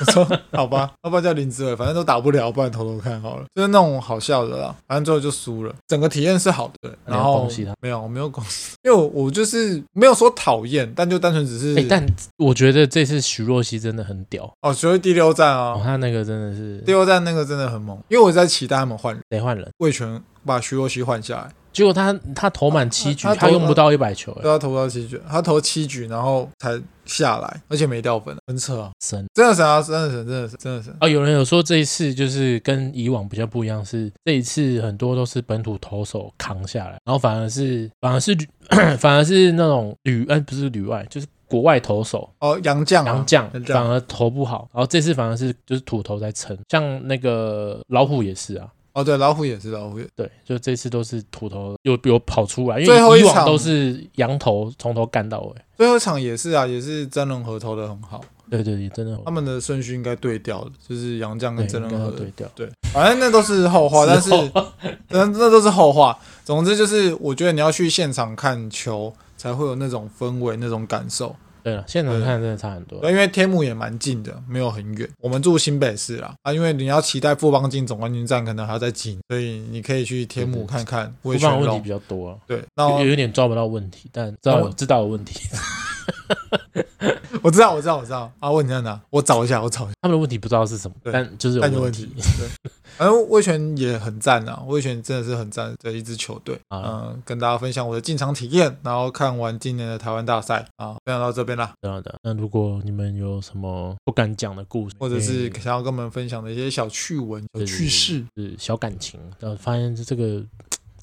A: 我 说好吧，要不然叫林志伟，反正都打不了，不然投投看好了，就是那种好笑的啦。反正最后就输了，整个体验是好的。
B: 你
A: 然
B: 要
A: 后
B: 恭喜他
A: 没有，我没有恭喜，因为我我就是没有说讨厌，但就单纯只是、
B: 哎，但我觉得这次徐若曦真的很屌，
A: 哦，所谓第六站啊，
B: 哦，他那个真的是
A: 第六站那个真的很猛，因为我在期待他们换人
B: 得换人。
A: 魏全把徐若曦换下来，
B: 结果他他投满七局，
A: 他
B: 他
A: 他投
B: 用不到一百球、哎，
A: 对啊他投不到七局，他投七局然后才下来，而且没掉分，很扯啊，
B: 神
A: 真的神啊，真的神，真的神，真的神。
B: 哦！有人有说这一次就是跟以往比较不一样，是这一次很多都是本土投手扛下来，然后反而是反而是旅 反而是那种旅呃不是旅外，就是国外投手
A: 哦，杨绛、啊，
B: 洋将
A: 洋
B: 反
A: 将
B: 而投不好，然后这次反而是就是土投在撑，像那个老虎也是啊。
A: 哦，对，老虎也是，老虎也是
B: 对，就这次都是土头有有跑出来，因
A: 最后
B: 为
A: 一
B: 以往
A: 场
B: 都是羊头从头干到尾。
A: 最后一场也是啊，也是真人和投的很好，
B: 对对对，真的有，
A: 他们的顺序应该对调的，就是杨绛
B: 对
A: 跟真
B: 应
A: 人
B: 该要
A: 和
B: 对调。
A: 对，反正那都是后话，但是
B: 之后
A: 但那都是后话。总之就是，我觉得你要去现场看球，才会有那种氛围、那种感受。
B: 对了，现场看真的差很多。
A: 对，因为天母也蛮近的，没有很远。我们住新北市啦，啊，因为你要期待富邦进总冠军战，可能还要再几年，所以你可以去天母看看魏
B: 不放
A: 全
B: 问题
A: 龙
B: 比。较多啊，
A: 对，那哦
B: 有有点抓不到问题，但知道
A: 那我
B: 我知道有问题。
A: 我知道，我知道，我知道啊！问你在哪？我找一下，我找一下。
B: 他们的问题不知道是什么，
A: 对
B: 但就是有
A: 但有
B: 问
A: 问题。对，反正魏权也很赞啊，魏权真的是很赞的一支球队。嗯、
B: 啊
A: 跟大家分享我的进场体验，然后看完今年的台湾大赛啊，分享到这边啦。
B: 这样的。啊那如果你们有什么不敢讲的故事，
A: 或者是
B: 可以
A: 想要跟我们分享的一些小趣闻、小趣事，
B: 是小感情，然后发现这个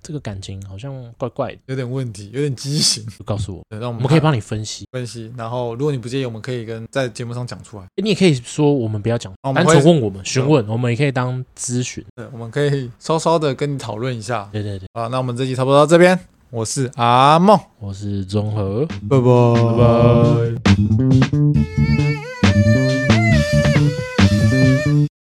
B: 这个感情好像怪怪的，
A: 有点问题，有点畸形，
B: 就告诉我，
A: 对让我
B: 我
A: 们
B: 们可以
A: 看
B: 帮你分析。
A: 分析。然后，如果你不介意，我们可以跟在节目上讲出来。
B: 诶你也可以说我们不要讲，
A: 哦我们
B: 单
A: 会
B: 纯问我们询问，我们也可以当咨询。
A: 对，我们可以稍稍的跟你讨论一下。
B: 对对对，
A: 啊，那我们这集差不多到这边，我是阿梦，
B: 我是综合。
A: 拜拜。
B: 拜